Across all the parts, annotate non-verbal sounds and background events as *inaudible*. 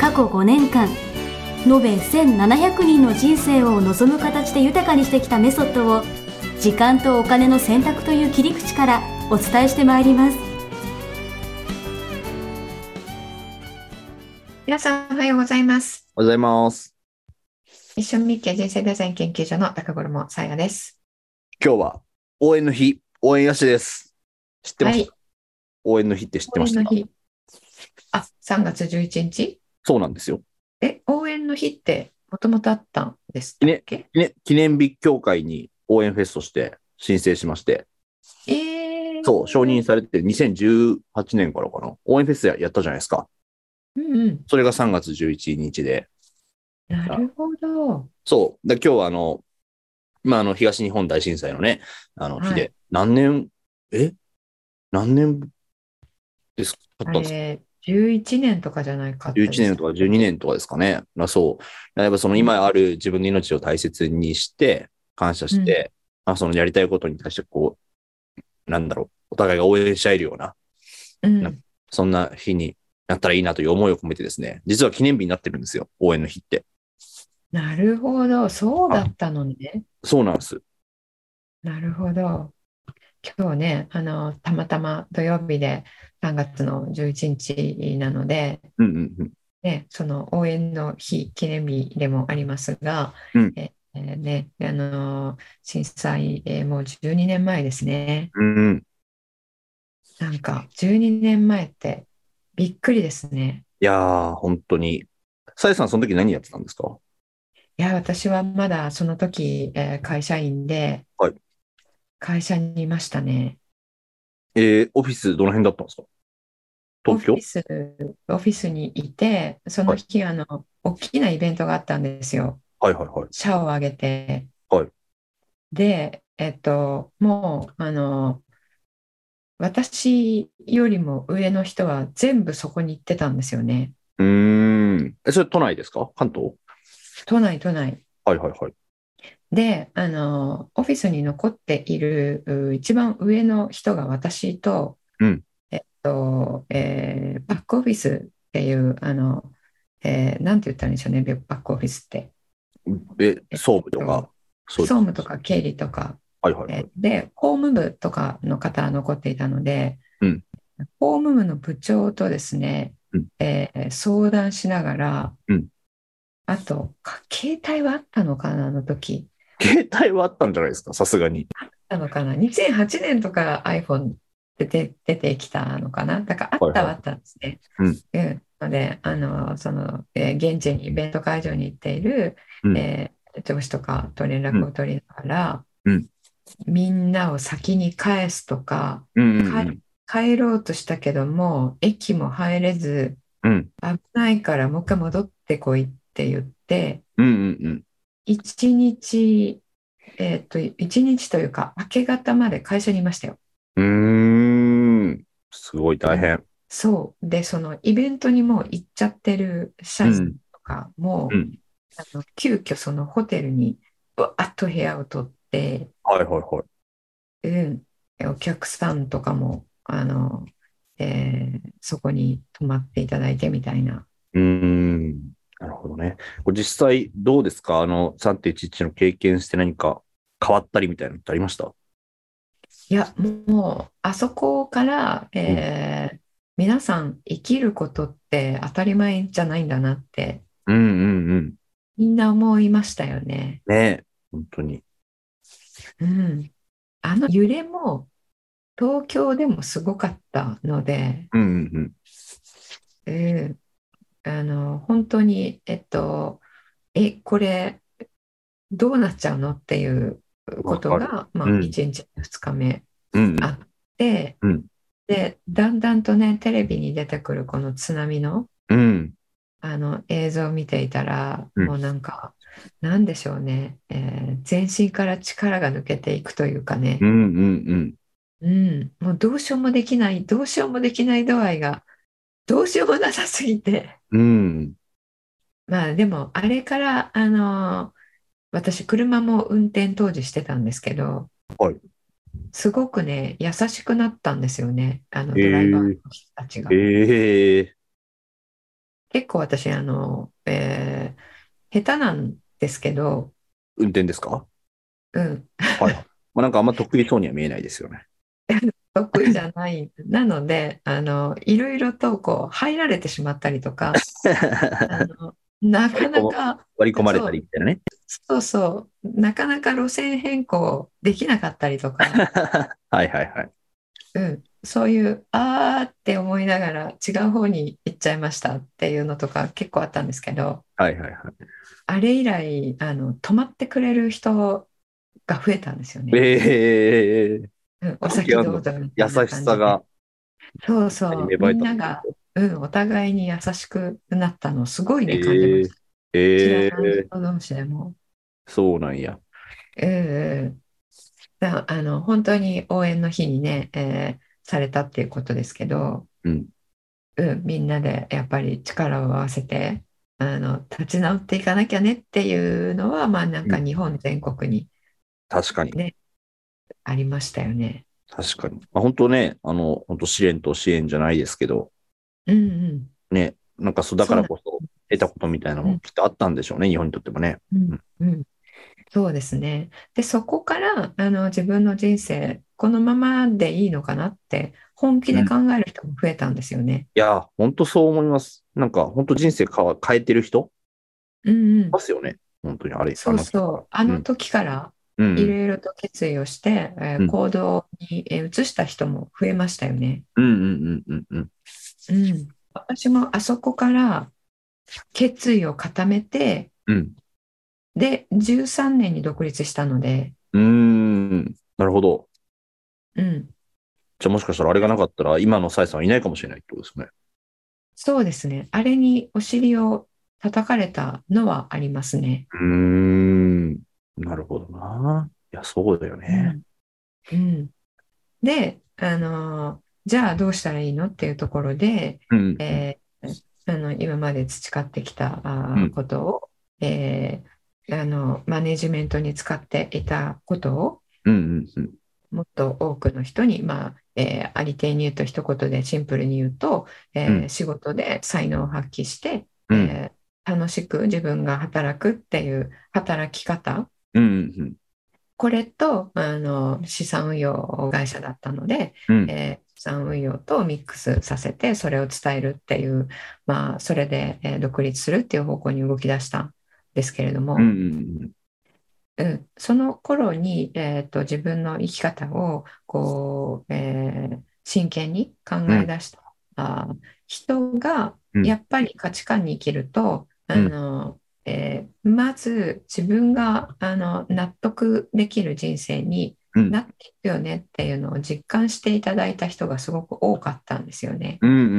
過去5年間延べ1700人の人生を望む形で豊かにしてきたメソッドを時間とお金の選択という切り口からお伝えしてまいります皆さんおはようございます。おはようございます。ミッションミッケ人生デザイン研究所の高頃もさやです。今日は応援の日、応援やしです。知ってました、はい応援の日って知って応援ましたの日。あ、3月11日そうなんですよ。え、応援の日ってもともとあったんですっけ、ね、記念日協会に応援フェスとして申請しまして、えー、そう、承認。されて2018年からかな。応援フェスややったじゃないですか。うんうん。それが3月11日で。なるほど。そう。だ今日はあの、まあ、あの、東日本大震災のね、あの、はい日で、何年、え何年ですか経あったんですかれ、11年とかじゃないかったです11年とか12年とかですかね。まあ、そう。やっぱその今ある自分の命を大切にして、感謝して、まあ、そのやりたいことに対してこう、なんだろう、お互いが応援し合えるような、うん。なんそんな日になったらいいなという思いを込めてですね、実は記念日になってるんですよ、応援の日って。なるほど。そうだったのね。そうなんです。なるほど。今日ね、あの、たまたま土曜日で3月の11日なので、うんうんうん。ね、その応援の日記念日でもありますが、うんええーね、あのー震災、えーもう12年前ですね。うんうん。なんか12年前ってびっくりですね。いやー、本当に。さえさん、その時何やってたんですかいや、私はまだその時、えー会社員ではい、会社にいましたね。えー、オフィスどの辺だったんですか東京オフィス、オフィスにいて、その日、あの、大きなイベントがあったんですよ。はいはいはい。社を挙げて、はいで、えっと、もう、あの、私よりも上の人は全部そこに行ってたんですよね。うーん。え、それ都内ですか関東都内、都内。はいはいはい。で、あの、オフィスに残っているう一番上の人が私と、うんえっと、えーバックオフィスっていう、あの、えーなんて言ったらいいんでしょうね、バックオフィスって。え、総務とか、総そうで務すとか経理とか、はいはいはえい。で、法務部とかの方が残っていたので、うん法務部の部長とですね、うんえー相談しながら、うんあと、か携帯はあったのかな、あの時。携帯はあったんじゃないですか、さすがに。あったのかな、2008年とか iPhone で出出てきたのかな、だからあはっいはたいはあったんですね。うんうんので、あのそのえー現地にイベント会場に行っている、うんえー上司とかと連絡を取りながら、うんみんなを先に返すとか、うんうんうん、はい帰ろうとしたけども駅も入れずうん。危ないからもう一回戻ってこいって言ってうんうんうん。一日えっ、と一日というか明け方まで会社にいましたよ。うーん。すごい大変。そうでそのイベントにもう行っちゃってる社員とかも、うんあの急遽そのホテルにわーっと部屋を取って、はいはいはい。うん、お客さんとかもあの、えーそこに泊まっていただいてみたいな。うーん。なるほどね。これ実際どうですかあの3.11の経験して何か変わったりみたいなのってありましたいや、もう、あそこから、えー皆さん生きることって当たり前じゃないんだなって、うんうんうん。みんな思いましたよね。ねえ本当に。うん。あの揺れも、東京でもすごかったので、うんうんうん。うん。あの、本当に、えっと、え、これ、どうなっちゃうのっていうことわが、まあ、うん1日2日目。うんうんあでうんでだんだんとねテレビに出てくるこの津波のうん。あの映像を見ていたら、うんもうなんかなんでしょうね、えー全身から力が抜けていくというかねう、んうんうん、もうどうしようもできないどうしようもできない度合いがどうしようもなさすぎて *laughs* うん。うん。まあでもあれからあの私車も運転当時してたんですけど、はいすごくね優しくなったんですよねあのへドーライバーの人たちが。ええ結構私あの、えー下手なんですけど、運転ですかうん、はい。まあ、なんかあんま得意そうには見えないですよね。得意じゃない。 *laughs* なので、あの、いろいろとこう、入られてしまったりとか、あの、なかなか、 *laughs* 割り込まれたりみたいなね。そうそう、なかなか路線変更できなかったりと *laughs* か、はいはいはい。うん、そういう、あーって思いながら違う方に行っちゃいましたっていうのとか結構あったんですけど、はいはいはい。あれ以来、あの、止まってくれる人が増えたんですよね。ええうんお酒どうぞみたいな優感じでしさが。そうそう芽生えみたんなが、うん、お互いに優しくなったのをすごいねえー感じました、ええ知らない人同士でも、そうなんや。うんうんだあの本当に応援の日にね、えーされたっていうことですけど、うんうんみんなでやっぱり力を合わせてあの立ち直っていかなきゃねっていうのはまあなんか日本全国に確かに。ありましたよね。確かに。まあ、本当ね、あの、本当試練と支援じゃないですけど、うんうんね、なんかそうだからこそ得たことみたいなのもきっとあったんでしょうね、日本にとってもね。うんうんそうですね。で、そこからあの自分の人生、このままでいいのかなって、本気で考える人も増えたんですよね。いや、本当そう思います。なんか、本当人生かわ変えてる人うんうんいま、すよね。本当に、あれ。そうそう、あの時からう。ういろん。いろと決意をして、えーうん行動にえー移した人も増えましたよね。うんうんうんうんうん。うん、私もあそこから決意を固めて、うん。で、13年に独立したので、うーん。なるほど。うん、じゃあもしかしたらあれがなかったら、今のサイさんはいないかもしれないってことですね。そうですね。あれにお尻を叩かれたのはありますね。うーん。なるほどな。いや、そうだよね。うん、で、あのーじゃあどうしたらいいのっていうところで、うん。えーあの今まで培ってきたあうんーことを、えーあのマネジメントに使っていたことをうんうんうん。もっと多くの人に、まあえーありていに言うと一言でシンプルに言うと、えーうん仕事で才能を発揮して、うんえー楽しく自分が働くっていう働き方うんうんこれとあの資産運用会社だったので、うんえー資産運用とミックスさせてそれを伝えるっていう、まあ、それで、えー独立するっていう方向に動き出したんですけれども、うんうんうん、その頃に、えーと自分の生き方をこう、えー真剣に考え出した、あー人がうんやっぱり価値観に生きると、んあのえーまず自分があの納得できる人生にうんなっていくよねっていうのを実感していただいた人がすごく多かったんですよね。うんうんう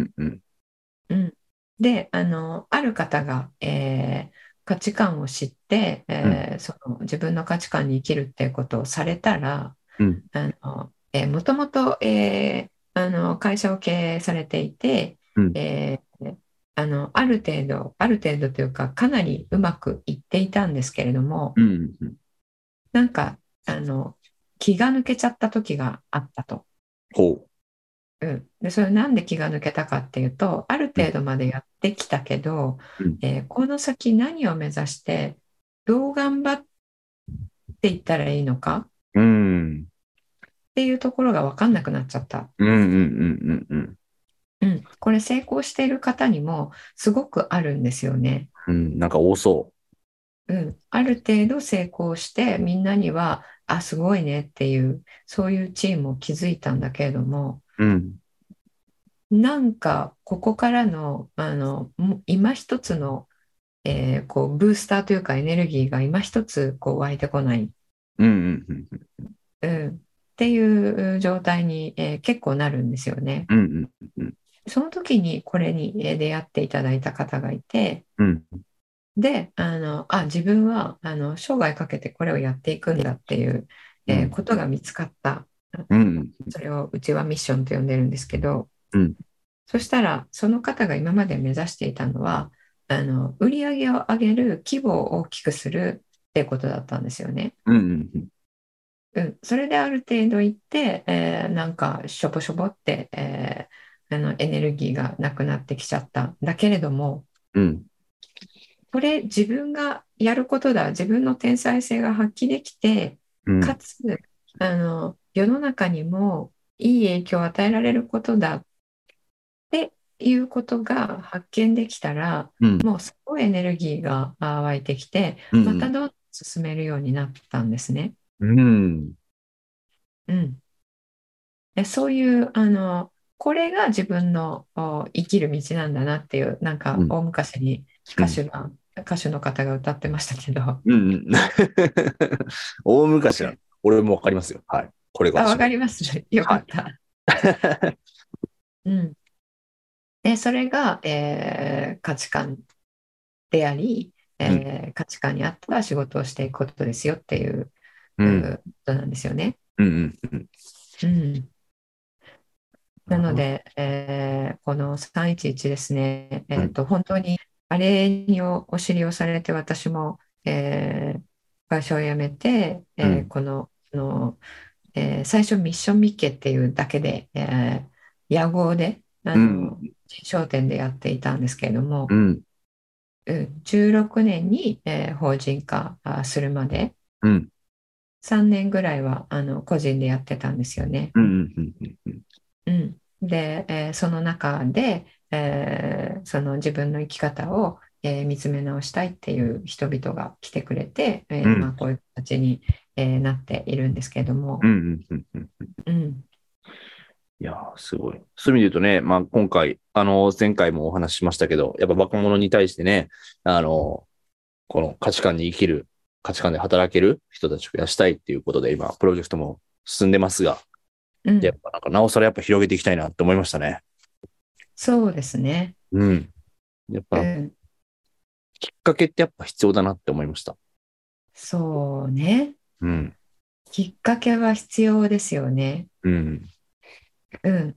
んうんで、あの、ある方が、えー価値観を知って、えーその自分の価値観に生きるっていうことをされたら、うんあの、えーもともと、えーあの、会社を経営されていて、うんえーあの、ある程度、ある程度というか、かなりうまくいっていたんですけれども、うんうんうん。なんか、あの、気が抜けちゃった時があったと。ほうん、でそれなんで気が抜けたかっていうとある程度までやってきたけど、うんえーこの先何を目指してどう頑張っていったらいいのかっう。うん。ていうところが分かんなくなっちゃった、うんうんうんうんうん。うん、これ成功している方にもすごくあるんですよね。うん、なんか多そうん、ある程度成功してみんなにはあすごいねっていうそういうチームを築いたんだけれども、う。うん。なんかここからの、あのも今一つの、えーこうブースターというかエネルギーが今一つこう湧いてこない、うんうんうんうん、っていう状態に、えー結構なるんですよね。うんうんその時にこれにえー出会っていただいた方がいて、うん。で、あの、あ、自分は、あの、生涯かけてこれをやっていくんだっていう、えーうんことが見つかった。うん。それをうちはミッションと呼んでるんですけど、うんそしたら、その方が今まで目指していたのは、あの、売り上げを上げる、規模を大きくするっていうことだったんですよね。うん。うん、それである程度行って、えーなんかしょぼしょぼって、えーあのエネルギーがなくなってきちゃったんだけれどもうん。これ自分がやることだ自分の天才性が発揮できてうん。かつあの世の中にもいい影響を与えられることだっていうことが発見できたらうんもうすごいエネルギーがあー湧いてきてうんまたどんどん進めるようになったんですね。うん。うん、でそういうあのこれが自分のお生きる道なんだなっていうなんかうん大昔に歌手が、歌手の方が歌ってましたけどあうんうん。大昔なの。俺もわかりますよ。はい。これが。わかりますよかった、うん、でそれが、えー価値観であり、えー価値観に合った仕事をしていくことですよっていう、うん。ことなんですよね。うん。うん。うん、なの。で、えーこの311ですね、えーと本当にあれにおお尻をされて、私も、えー会社を辞めて、えーうんこのあの、えー最初、ミッションミッケっていうだけで、えー野号で、あの商店でやっていたんですけれどもう、ん。うん16年に、えー法人化あするまで、うん。 3年ぐらいはあの個人でやってたんですよね。うん。うん。うん。うん、で、えーその中で、えーその自分の生き方を、えー見つめ直したいっていう人々が来てくれて、えーうんまあ、こういう形に、えーなっているんですけれどもう、ん。うん。うんいやー、すごい。そういう意味で言うとね、まあ、今回、あの、前回もお話ししましたけど、やっぱ若者に対してね、あの、この価値観に生きる、価値観で働ける人たちを増やしたいっていうことで、今、プロジェクトも進んでますが、うんやっぱなんか、なおさらやっぱ広げていきたいなって思いましたね。そうですね、うん。やっうぱ、きっん、かけってやっぱ必要だなって思いました。そうね、うん。きっかけは必要ですよね。うん。うん、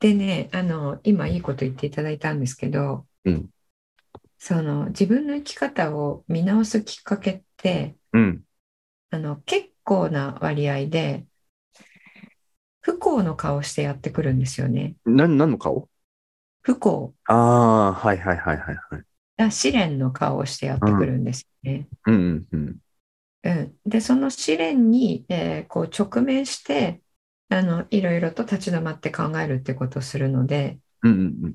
でねあの今いいこと言っていただいたんですけど、うんその自分の生き方を見直すきっかけってうん。あの結構な割合で不幸の顔してやってくるんですよね。な、何の顔不幸ああ、はいはいはいはいはい。あ試練の顔をしてやってくるんですよね。うんうんうん、でその試練に、えーこう直面してあのいろいろと立ち止まって考えるってことをするのでうん。うんうんうん。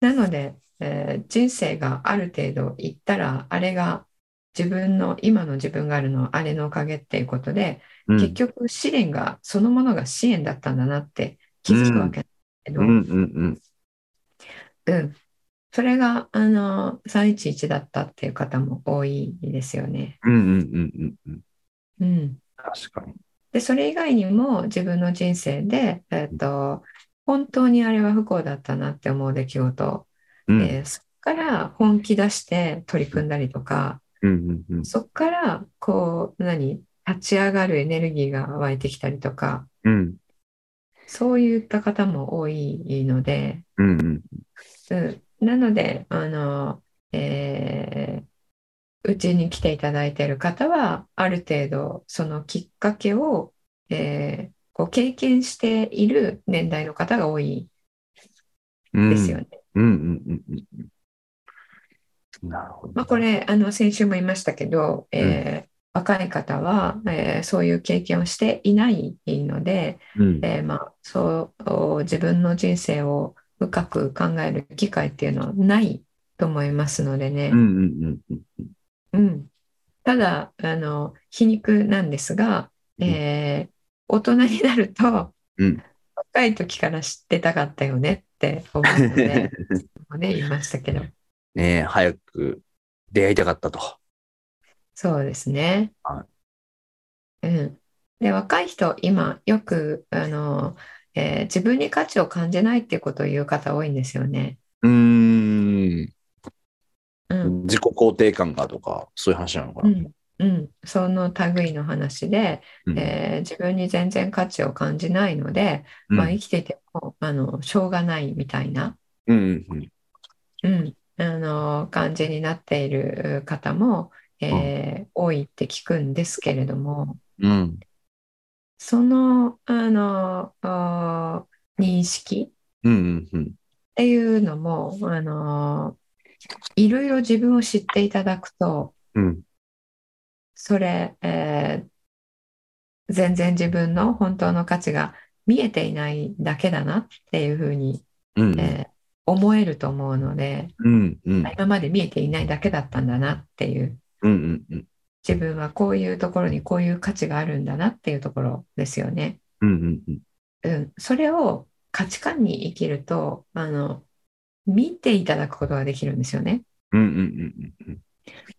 なので、えー人生がある程度いったらあれが自分の今の自分があるのはあれのおかげっていうことで、うん結局試練がそのものが試練だったんだなって気づくわけなんだけど、うんうんうん。うん、それがあの311だったっていう方も多いですよね。うんうんうんうんうん。うん、確かに。でそれ以外にも自分の人生で、えっと本当にあれは不幸だったなって思う出来事、うんえーそこから本気出して取り組んだりとかうんうんうんそこからこう何立ち上がるエネルギーが湧いてきたりとかうんそういった方も多いので。うんうんうん、なのであの、えーうちに来ていただいている方はある程度そのきっかけを、えーこう経験している年代の方が多いうんですよね。うんうんうんうんうん。なるほど。まあ、これあの先週も言いましたけど、えー若い方は、えーそういう経験をしていないので、うんえーまあ、そう自分の人生を深く考える機会っていうのはないと思いますのでね。うんうんうんうん、ただあの皮肉なんですが、うんえー大人になると、うん若い時から知ってたかったよねって思うの *laughs* でもうね言いましたけどねえ、早く出会いたかったと。そうですね。はうん、で若い人今よくあの、えー自分に価値を感じないっていうことを言う方多いんですよね。うーん。うん、自己肯定感がとか、そういう話なのかうな。ん、うん、その類の話で、うんえー自分に全然価値を感じないので、まあ、うん生きててもあのしょうがないみたいな、うんうんうん、あの感じになっている方も、えー多いって聞くんですけれどもうん。うん。そのあのあー認識うんうんうん。っていうのもあのいろいろ自分を知っていただくとうん。それ、えー全然自分の本当の価値が見えていないだけだなっていうふうに、うん。えー思えると思うのでうん。うん。今まで見えていないだけだったんだなっていううん。うん。自分はこういうところにこういう価値があるんだなっていうところですよね。うん。うん。うん、それを価値観に生きるとあの見ていただくことができるんですよね。うん。うん。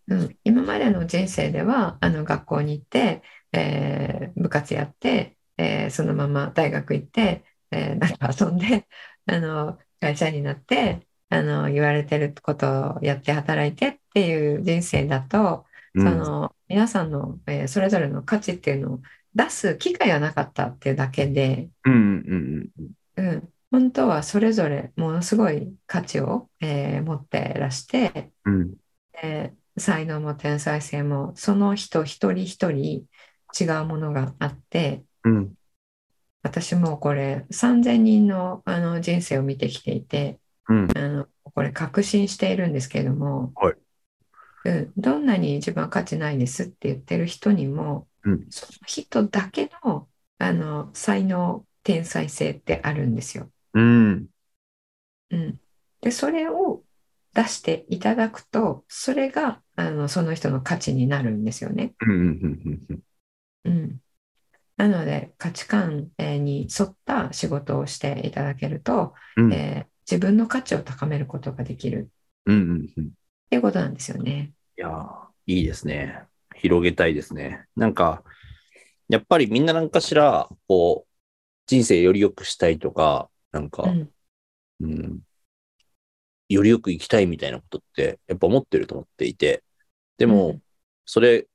うん。うん、今までの人生ではあの学校に行って、えー部活やって、えーそのまま大学行って、えーなんか遊んで *laughs* あの会社になってあの言われてることをやって働いてっていう人生だとうそん。の皆さんの、えーそれぞれの価値っていうのを出す機会がなかったっていうだけで、うん。うん。うん、本当はそれぞれものすごい価値を、えー持ってらして。うん。えー才能も天才性もその人一人一人違うものがあってうん。私もこれ3,000人のあの人生を見てきていてうん。あのこれ確信しているんですけれども、はいうん、どんなに自分は価値ないですって言ってる人にも、うんその人だけのあの才能天才性ってあるんですよ。うん。うん、でそれを出していただくとそれがあのその人の価値になるんですよね。うん。うん、なので価値観えーに沿った仕事をしていただけると、うん。えー自分の価値を高めることができるうん。うん。っていうことなんですよね。いやー、いいですね。広げたいですね。なんか、やっぱりみんななんかしら、こう、人生より良くしたいとか、なんか、うんうん、よりよく生きたいみたいなことって、やっぱ思ってると思っていて、でも、うんそれ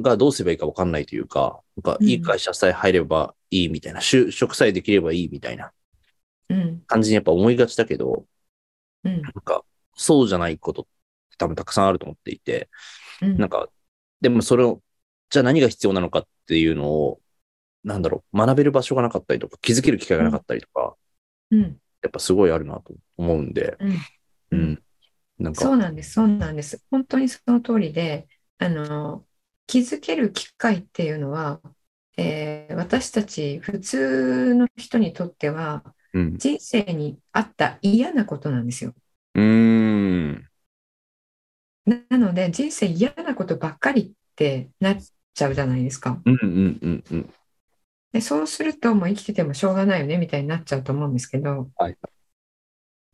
がどうすればいいか分かんないというか、なんか、うんいい会社さえ入ればいいみたいな、就職さえできればいいみたいなうん感じにやっぱ思いがちだけど、うんなんか、そうじゃないことって多分たくさんあると思っていて、うんなんか、でもそれを、じゃあ何が必要なのかっていうのを、なんだろう、学べる場所がなかったりとか、気づける機会がなかったりとか、うんやっぱすごいあるなと思うんで、うんうん。なんそうか、なんですそうなんです本当にその通りであの気づける機会っていうのは、えー私たち普通の人にとってはうん。人生にあった嫌なことなんですよ。うーん。ななので人生嫌なことばっかりってなっちゃうじゃないですか。うんうんうんうん。でそうするともう生きててもしょうがないよねみたいになっちゃうと思うんですけどはい。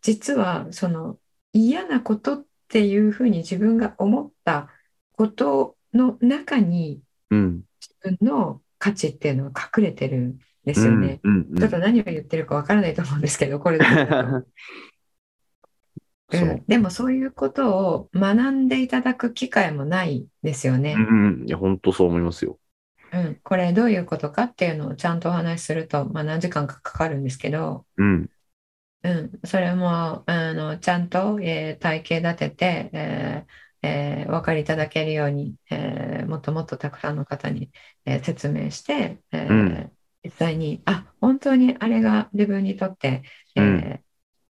実はその嫌なことっていうふうに自分が思ったことの中にうん。自分の価値っていうのが隠れてるんですよね。うんうんうんちょっと何を言ってるかわからないと思うんですけどこれ *laughs* だけだとそううんでもそういうことを学んでいただく機会もないですよね。うんうん。いや、本当そう思いますよ。うん、これどういうことかっていうのをちゃんとお話しすると、まあ、何時間かかかるんですけど、うん。うん、それもあのちゃんと、えー体系立てて、えーえーお分かりいただけるように、えーもっともっとたくさんの方に、えー説明して、えーうん実際にあ本当にあれが自分にとって、えーうん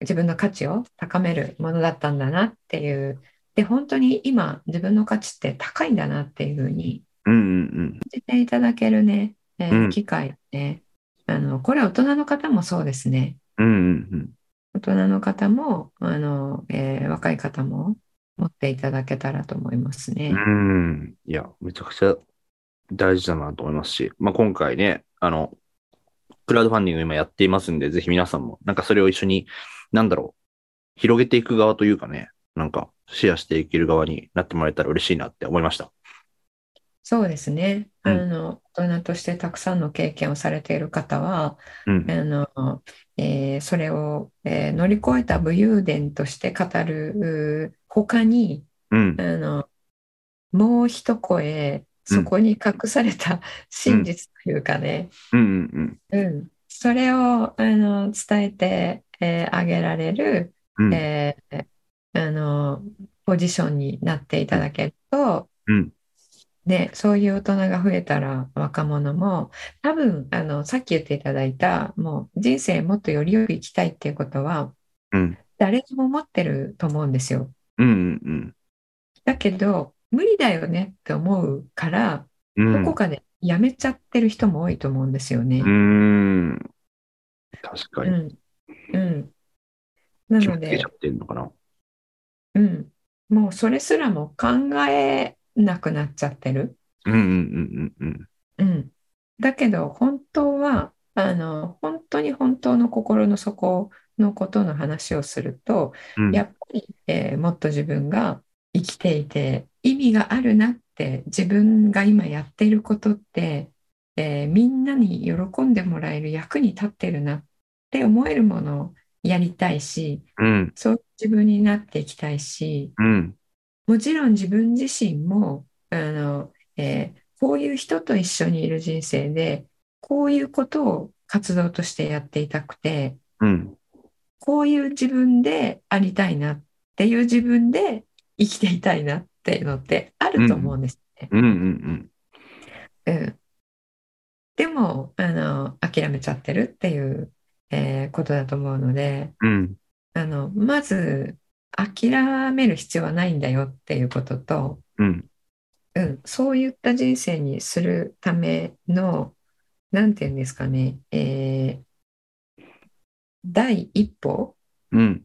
自分の価値を高めるものだったんだなっていうで本当に今自分の価値って高いんだなっていうふうにうんうん感じていただけるね、えーうん機会ね、あのこれは大人の方もそうですねうん。うんうん大人の方もあの、えー若い方も持っていただけたらと思いますうね。ん。うん。いや、めちゃくちゃ大事だなと思いますし、まあ今回ね、あの、クラウドファンディング今やっていますんで、ぜひ皆さんも、なんかそれを一緒に、なんだろう、広げていく側というかね、なんかシェアしていける側になってもらえたら嬉しいなって思いました。そうですね。うあんの、大人としてたくさんの経験をされている方は、うんあの、えーそれを、えー乗り越えた武勇伝として語る他に、うんあの、もう一声、そこに隠された真実というかね、うんうんうん、それを、あの、伝えて、えーあげられる、うんうんえーあのポジションになっていただけると、うんね、そういう大人が増えたら若者も多分あのさっき言っていただいたもう人生もっとよりよく生きたいっていうことはうん誰でも持ってると思うんですよ。うんうんだけど無理だよねって思うからうんうどんこかでやめちゃってる人も多いと思うんですよね。うーん確かうに。んうん、な気をのつけでちゃってんのかな。うん、もうそれすらも考えなくなっちゃってる。うんうんうんうんうん。うん、だけど本当はあの本当に本当の心の底のことの話をするとうんやっぱり、えーもっと自分が生きていて意味があるなって自分が今やっていることって、えーみんなに喜んでもらえる役に立ってるなって思えるものをやりたいしうんそういう自分になっていきたいし。うんもちろん自分自身もあの、えーこういう人と一緒にいる人生でこういうことを活動としてやっていたくてうんこういう自分でありたいなっていう自分で生きていたいなっていうのってあると思うんですね。うんうんうん、でもあの諦めちゃってるっていう、えーことだと思うのでうんうんあのまず諦める必要はないんだよっていうことと。うんうん、そういった人生にするための、なんていうんですかね、えー第一歩っうん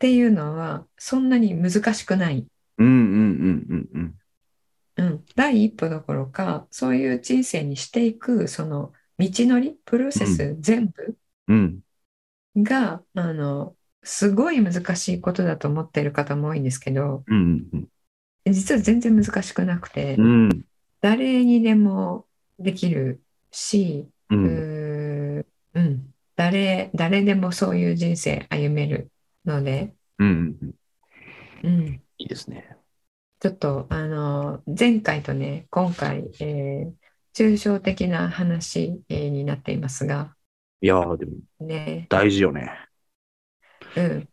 ていうのは、そんなに難しくない。うんうんうんうんうん、第一歩どころか、そういう人生にしていく、その道のり、プロセス全部うんが、あの、すごい難しいことだと思っている方も多いんですけど、うん実は全然難しくなくてう、ん誰にでもできるし、ううんーんうん、誰誰でもそういう人生歩めるので、うんうん、いいですね。ちょっとあの前回とね今回、えー抽象的な話、えーになっていますがいやーでもね、大事よね。うん、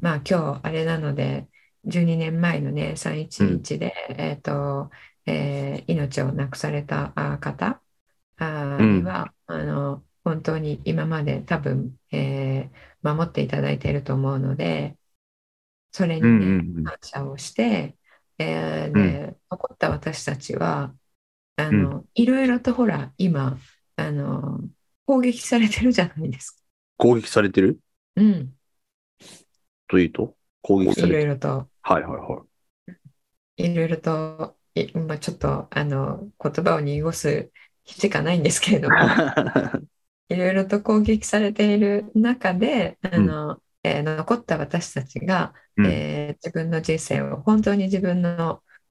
まあ今日あれなので12年前のね311で、えーとえー命をなくされたあー方あーには、あの本当に今まで多分、えー守っていただいていると思うのでそれに、うねんうん感謝をして、えーで残った私たちはあの、いろいろとほら今あの攻撃されてるじゃないですか。攻撃されてるうん、というと攻撃さいろいれてる。ろとはいはいはい。いろいろと、いまあ、ちょっとあの言葉を濁すしかないんですけれどもいろいろと攻撃されている中であの、えー残った私たちが、うんえー自分の人生を本当に自分の、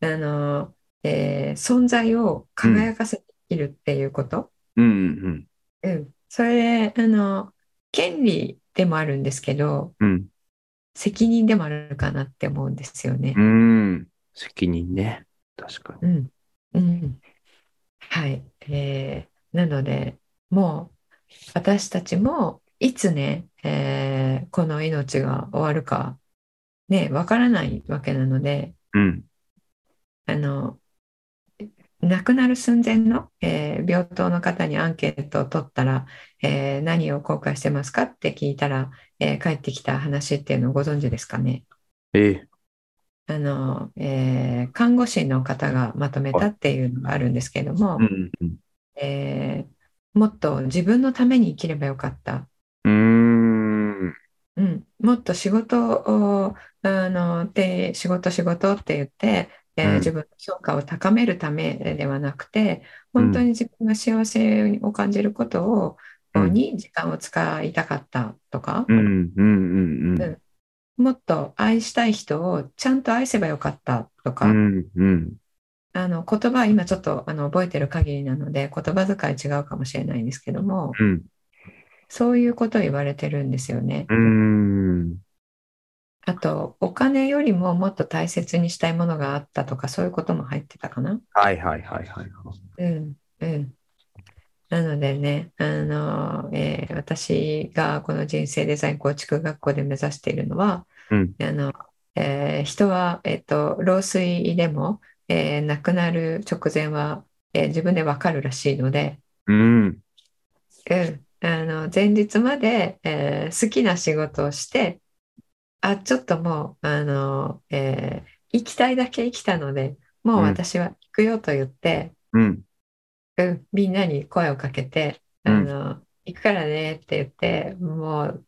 あのえー存在を輝かせているっていうこと、 *laughs* うんうんうんそれあの権利でもあるんですけどうん責任でもあるかなって思うんですよね。うんうん責任ね確かに。うん、うん、はい、えーなのでもう私たちもいつね、えーこの命が終わるかねわからないわけなのでうんあの亡くなる寸前の、えー病棟の方にアンケートを取ったら、えー何を後悔してますかって聞いたら、えー返ってきた話っていうのをご存知ですかねえあの、えー看護師の方がまとめたっていうのがあるんですけども、うんうんえーもっと自分のために生きればよかった、うんうん、もっと仕事をあので仕事仕事って言って、えーうん自分の評価を高めるためではなくて本当に自分が幸せを感じることを、うんに時間を使いたかったとか、うんうんうんうんもっと愛したい人をちゃんと愛せばよかったとか、うんうんあの言葉今ちょっとあの覚えてる限りなので言葉遣い違うかもしれないんですけどもうん。そういうことを言われてるんですよね。うん。あとお金よりももっと大切にしたいものがあったとかそういうことも入ってたかな。はいはいはいはい。うんうん。なのでね、あの、えー私がこの人生デザイン構築学校で目指しているのは、うんあの、えー人は、えっと、老衰でも、えー亡くなる直前は、えー自分でわかるらしいので、うん。うん、あの前日まで、えー好きな仕事をしてあちょっともうあの、えー行きたいだけ生きたのでもう私は行くよと言って、うん。うん、みんなに声をかけてあの、行くからねって言ってもう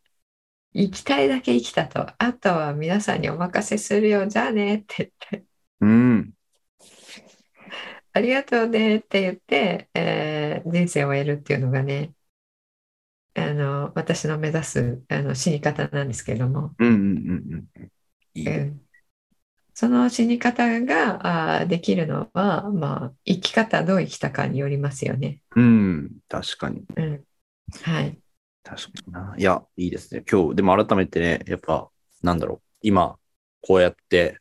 行きたいだけ生きたとあとは皆さんにお任せするよじゃあねって言ってうん。ありがとうねって言って、えー人生を終えるっていうのがねあの私の目指すあの死に方なんですけども。うん。うん。いいね。その死に方があーできるのは、まあ、生き方どう生きたかによりますよね。うん。確かに。うん、はい、確かにな。いや、いいですね。今日、でも改めてね、やっぱ、なんだろう。今、こうやって、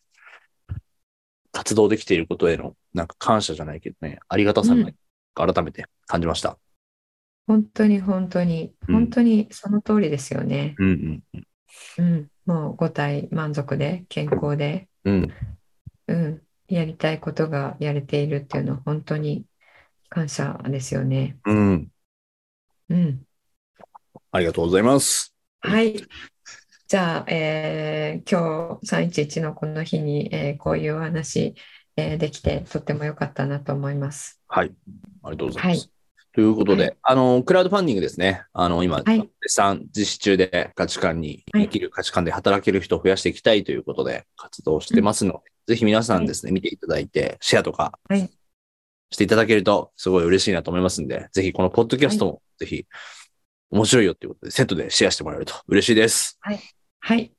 活動できていることへの、なんか感謝じゃないけどね、ありがたさうがん改めて感じました。本当に本当にうん本当にその通りですよね。うんうん、もう五体満足で健康で、うん。うん。うん、やりたいことがやれているっていうのは本当に感謝ですよね。うん。うん、ありがとうございます。はいじゃあ、えー今日311のこの日に、えーこういうお話、えーできてとっても良かったなと思います。はい。ありがとうございます。はということで、はあの、クラウドファンディングですね。あの、今、はい絶賛実施中で価値観に、はい生きる価値観で働ける人を増やしていきたいということで活動してますので、ぜひ皆さんですね、見ていただいて、シェアとかはいしていただけるとすごい嬉しいなと思いますんで、ぜひこのポッドキャストもぜひ面白いよということで、セットでシェアしてもらえると嬉しいです。はい。はい。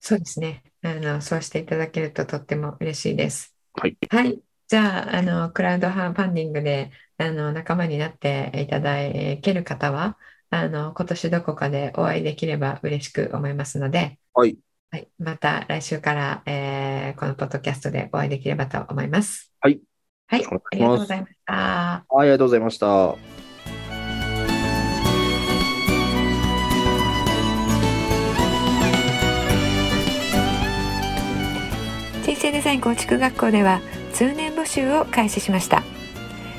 そうですね。あの、そうしていただけるととっても嬉しいです。はい。はい。じゃあ、あの、クラウドファンディングで、あの、仲間になっていただける方は、あの、今年どこかでお会いできれば嬉しく思いますので、はい。はい。また来週から、えーこのポッドキャストでお会いできればと思います。はい。はい。お願いありしますがとうございました。はい、ありがとうございました。人生デザイン構築学校では通年募集を開始しました